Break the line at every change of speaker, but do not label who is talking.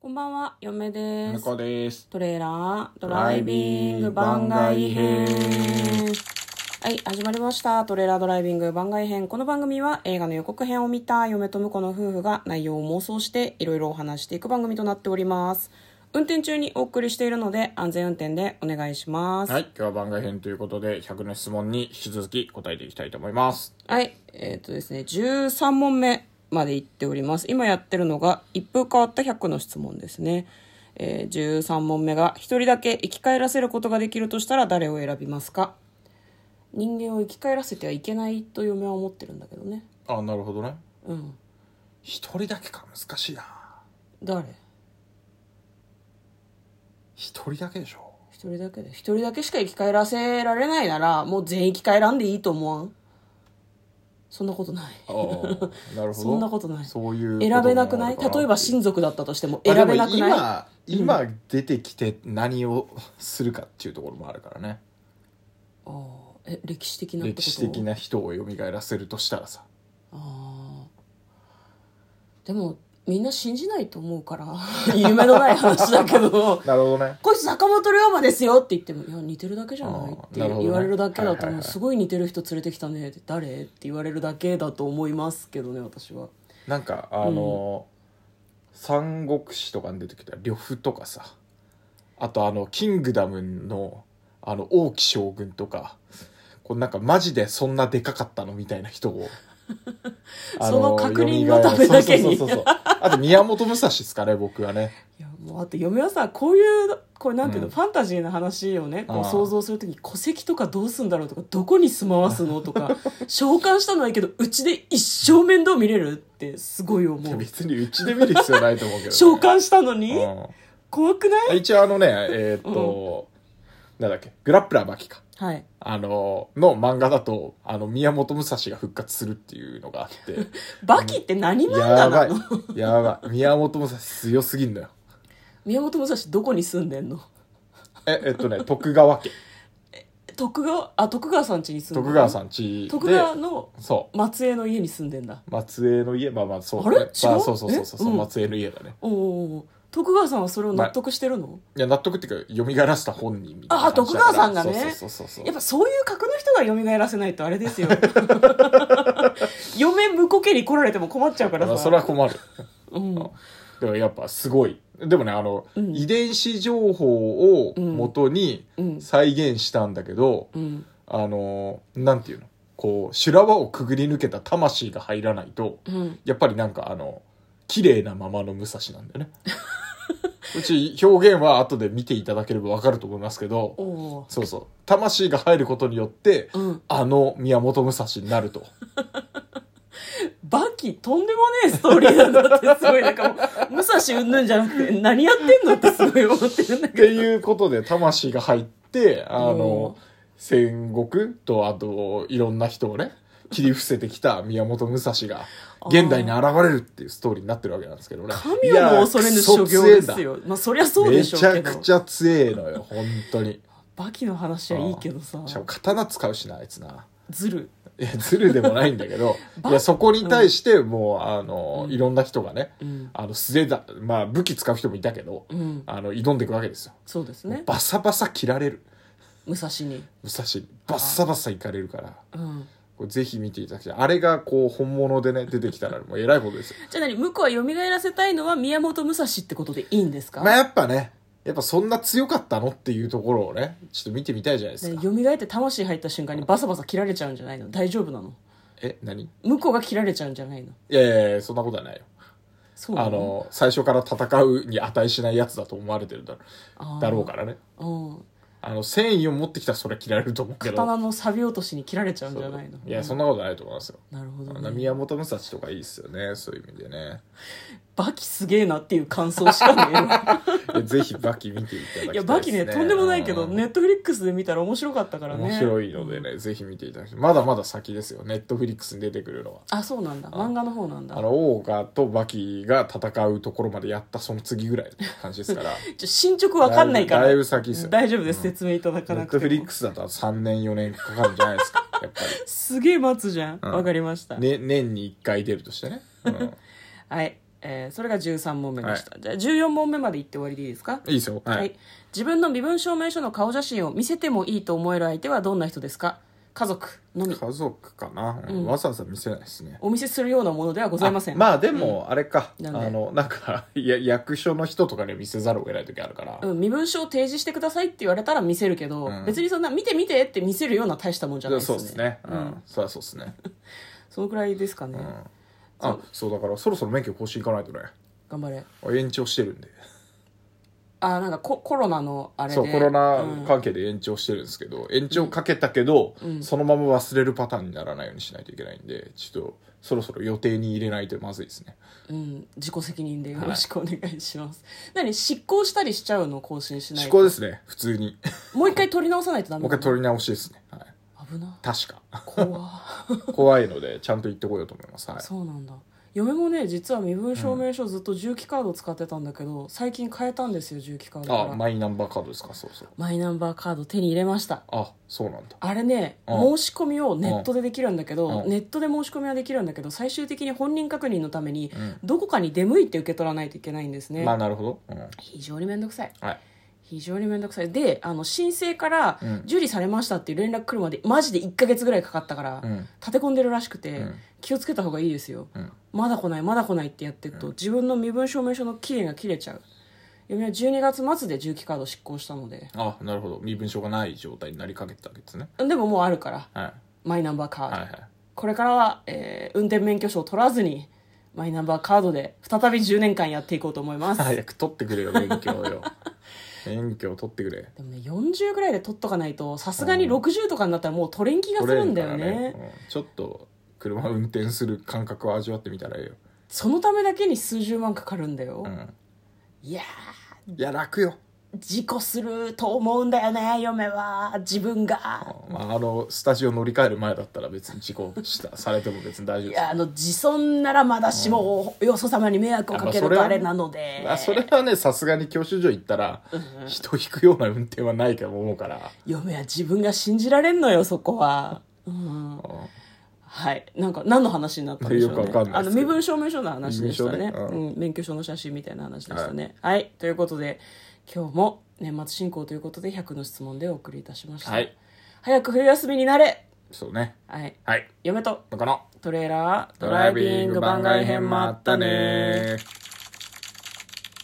こんばんは、嫁です。
猫です。
トレーラードライビング番外編。はい、始まりました。トレーラードライビング番外編。この番組は映画の予告編を見た嫁と婿の夫婦が内容を妄想していろいろお話していく番組となっております。運転中にお送りしているので安全運転でお願いします。。
はいい、今日は番外編ということで、100の質問に引き続き答えていきたいと思います。
はい、えっ、とですね、13問目まで行っております。今やってるのが一風変わった100の質問ですね。えー、13問目が一人だけ生き返らせることができるとしたら誰を選びますか人間を生き返らせてはいけないと嫁は思ってるんだけどね。
あ、なるほどね。
うん。
一人だけか、難しいな。
誰
一人だけでしょ。
一人だけで。一人だけしか生き返らせられないなら、もう全員生き返らんでいいと思わんそんなことない。
ああ、な るほど。
そんなことない
そういうことも
選
ある
べ
かな
なくない例えば親族だったとしても
まあ
選べなくない、
でも今、今出てきて何をするかっていうところもあるからね。
ああえ歴史的なってこと
歴史的な人を蘇らせるとしたらさ。
あーでもみんな信じないと思うから 夢のない話だけど
なるほどね。
こいつ坂本龍馬ですよって言っても「いや似てるだけじゃない?」っ
あー
て
なるほどね
言われるだけだと
はいはい
思
は
う
い
すごい似てる人連れてきたねって誰って言われるだけだと思いますけどね私は
なんか、あの、三国志とかに出てきた呂布とかさ、あとあの、キングダムの、あの、王毅将軍とか、こうなんかマジでそんなでかかったのみたいな 人を。あ
その確認のためだけに
蘇らそうそうそうそう。あと宮本武蔵ですかね、僕はね。
いやもうあと嫁はさこういうこれなんていうの、
うん
ファンタジーな話をねこ
あ
う
ー
想像するときに戸籍とかどうすんだろうとかどこに住まわすのと か召喚したのはいいけどうちで一生面倒見れるってすごい思
いうや別にうちで見る必要ないと思うけ ど、ね。
召喚したのに、
う
怖くない
ん一応あのね、えーっと、なんだっけ、グラップラー巻か。
はい
あの、の漫画だと、あの、宮本武蔵が復活するっていうのがあって、
バキって何漫画
やば
ないの、
やばい。宮本武蔵強すぎんだよ。
宮本武蔵どこに住んでんの
え、えっ とね、徳川家。
徳川あ徳川さん家に住んでん
徳
の
川さんちで、
徳川の
そ
松江の家に住んでんだ
う。松江の家、まあまあそう、
あれ違う
まあそうそうそうそう、
えうん
松江の家だね。
おお徳川さんはそれを納得してるの、
いや、納得っていうか、蘇らせた本人みたいな。
あ徳川さんがね
そうそうそうそう
やっ。ぱそういう格の人が蘇らせないとあれですよ 嫁婿家に来られても困っちゃうから
ま
さ
あ、それは困る。
うん、
でもやっぱすごい。でもね、あの、
うん
遺伝子情報を元に
うん
再現したんだけど、
うん
あの、なんていうのこう、修羅場をくぐり抜けた魂が入らないと、
うん
やっぱりなんかあの、綺麗なままの武蔵なんだよね。うち表現は後で見ていただければわかると思いますけど
お、お
そうそう。魂が入ることによって、
うん
あの宮本武蔵になると。
バキとんでもねえストーリーなんだってすごいなんかもう武蔵うんぬんじゃなくて何やってんのってすごい思ってるんだ
っ
け
ていうことで魂が入って、あの
お、
戦国とあといろんな人をね、切り伏せてきた宮本武蔵が
あー
現代に現れるっていうストーリーになってるわけなんですけどね。
神をも恐れぬ所業ですよまあそりゃそうで
め
しょう
ち
け
ゃく
ど
ちゃ強えのよ、本当 に。
バキの話はいいけどさ
しかも刀使うしな、あいつな。
ずる、
いや、ズルでもないんだけど
ば
いや、そこに対して、もう、あの、
うん
いろんな人がね、
うん
あの、素手だ、まあ、武器使う人もいたけど、
うん
あの、挑んでいくわけですよ。
そうですね
バサバサ切られる。
武蔵に
武蔵に、バッサバサいかれるから、
うん
これぜひ見ていただきたい。あれが、こう、本物でね、出てきたら、もう、えらいこ とですよ。
じゃあ何向こうは蘇らせたいのは宮本武蔵ってことでいいんですか
まあ、やっぱね、やっぱそんな強かったのっていうところをね、ちょっと見てみたいじゃないです
ね
か。
蘇って魂入った瞬間にバサバサ切られちゃうんじゃないの大丈夫なの
え、何い
向こうが切られちゃうんじゃないの
やいやいや、そんなことはないよ。
そうな
あの、最初から戦うに値しないやつだと思われてるだろ
あー
だろうからね。
うん
あの、繊維を持ってきたらそれ切られると思うけど。
刀の錆落としに切られちゃうんじゃないの
そういや、そん
な
なことないと思いますよ。
なるほど、
あの
ね、
宮本武蔵とかいいっすよね。そういう意味でね。
バキすげえなっていう感想しかね
いやぜひ バキ見ていただきたいです、
え
ね。
いやバキねとんでもないけど
うん
ネットフリックスで見たら面白かったからね
面白いのでね、ぜひ見ていただきたい。まだまだ先ですよ。ネットフリックスに出てくるのは。
あそうなんだ漫画の方なんだ
あの、オーガとバキが戦うところまでやったその次ぐらいの感じで すから。
ちょ進捗わかんないから
だいぶ先ですよ。
大丈夫です説明いただか
ネ
な
ッ
くても
トフリックスだと3年4年かかるんじゃな いですか。やっぱり。
すげえ待つじゃん
うん
わ、かりました、
ね、年に1回出るとしてね。うん、
はいえーそれが13問目でした、じゃあ14問目まで行って終わりでいいですか
いいですよ。
はい、。自分の身分証明書の顔写真を見せてもいいと思える相手はどんな人ですか家族のみ
家族かな、うんわざわざ見せないですね。
お見せするようなものではございません
あまあでも、あれか。あ
なんで
の、なんか、いや、役所の人とかには見せざるを得ない時あるから。
うん、身分証を提示してくださいって言われたら見せるけど、
うん
別にそんな見て見てって見せるような大したもんじゃないです
そう
ね
ですね。う
うんん。
そりゃそうですね。
そのくらいですかね、
うん。あ、そうだから、そろそろ免許更新行かないとね。
頑張れ
延長してるんで。
あなんかココロナのあれで
そう、コロ
う
ナ
ん
関係で延長してるんですけど、延長かけたけど、そのまま忘れるパターンにならないようにしないといけないんで、ちょっと、そろそろ予定に入れないとまずいですね。
うん、自己責任でよろしくお願いします、何執行したりしちゃうの更新しない
思
と
考ですね、普通に。
もう一回取り直さないとダ
もう
メ
一
だ
回
ね
取り直しですね。はい。
危な
確か。
怖
怖いので、ちゃんと言ってこようと思います。はい。
そうなんだ嫁もね実は身分証明書ずっと重機カード使ってたんだけど、最近変えたんですよ重機カードから
あ、マイナンバーカードですか、そうそう。
マイナンバーカード手に入れました
あ、そうなんだ。
あれね、
うん
申し込みをネットでできるんだけど、
うん
ネットで申し込みはできるんだけど最終的に本人確認のために、
ん
どこかに出向いて受け取らないといけないんですね、
まあ、なるほど。うん。
非常に面倒くさい
はい。
非常に面倒くさいであの申請から
うん
受理されましたっていう連絡来るまでマジで1ヶ月ぐらいかかったから、
うん
立て込んでるらしくて、
うん
気をつけた方がいいですよ、
うん
まだ来ないまだ来ないってやってると、自分の身分証明書の期限が切れちゃう嫁は12月末で重機カード執行したので
あ、なるほど。身分証がない状態になりかけてたわけですね。
でももうあるから
はい。
マイナンバーカード、
はいはい。
これからは、えー運転免許証を取らずにマイナンバーカードで再び10年間やっていこうと思います、
早く取ってくれよ、免許を よ。免許を取ってくれ。
でもね40ぐらいで取っとかないとさすがに60とかになったらもう取れん気がするんだよ
取
ね
れんからうんちょっと車運転する感覚を味わってみたらいいよ、
そのためだけに数十万かかるんだよ、
うん、
いや
いや楽よ、
ー事故すると思うんだよね嫁は自分が
まあ、あのスタジオ乗り換える前だったら別に事故したされても別に大丈
い
夫です
やあの自尊ならまだしも、よそ様に迷惑をかけるとあれなので、
まあ、それはねさすがに教習所行ったら人引くような運転はないと思うから、
嫁は自分が信じられんのよそこは、うん、はいなんか何の話になったんでしょうね
よくわかんない
あの
ですけ
身
ど
分証明書の話でしたね
身分証ねう
うん、免許証の写真みたいな話でしたねはい、ということで今日も年末進行ということで100の質問でお送りいたしました、
はい
早く冬休みになれ
そうね
はい
はい
嫁と
だから
トレーラードライビング番外編もあったね
ドライビング番外編もあったね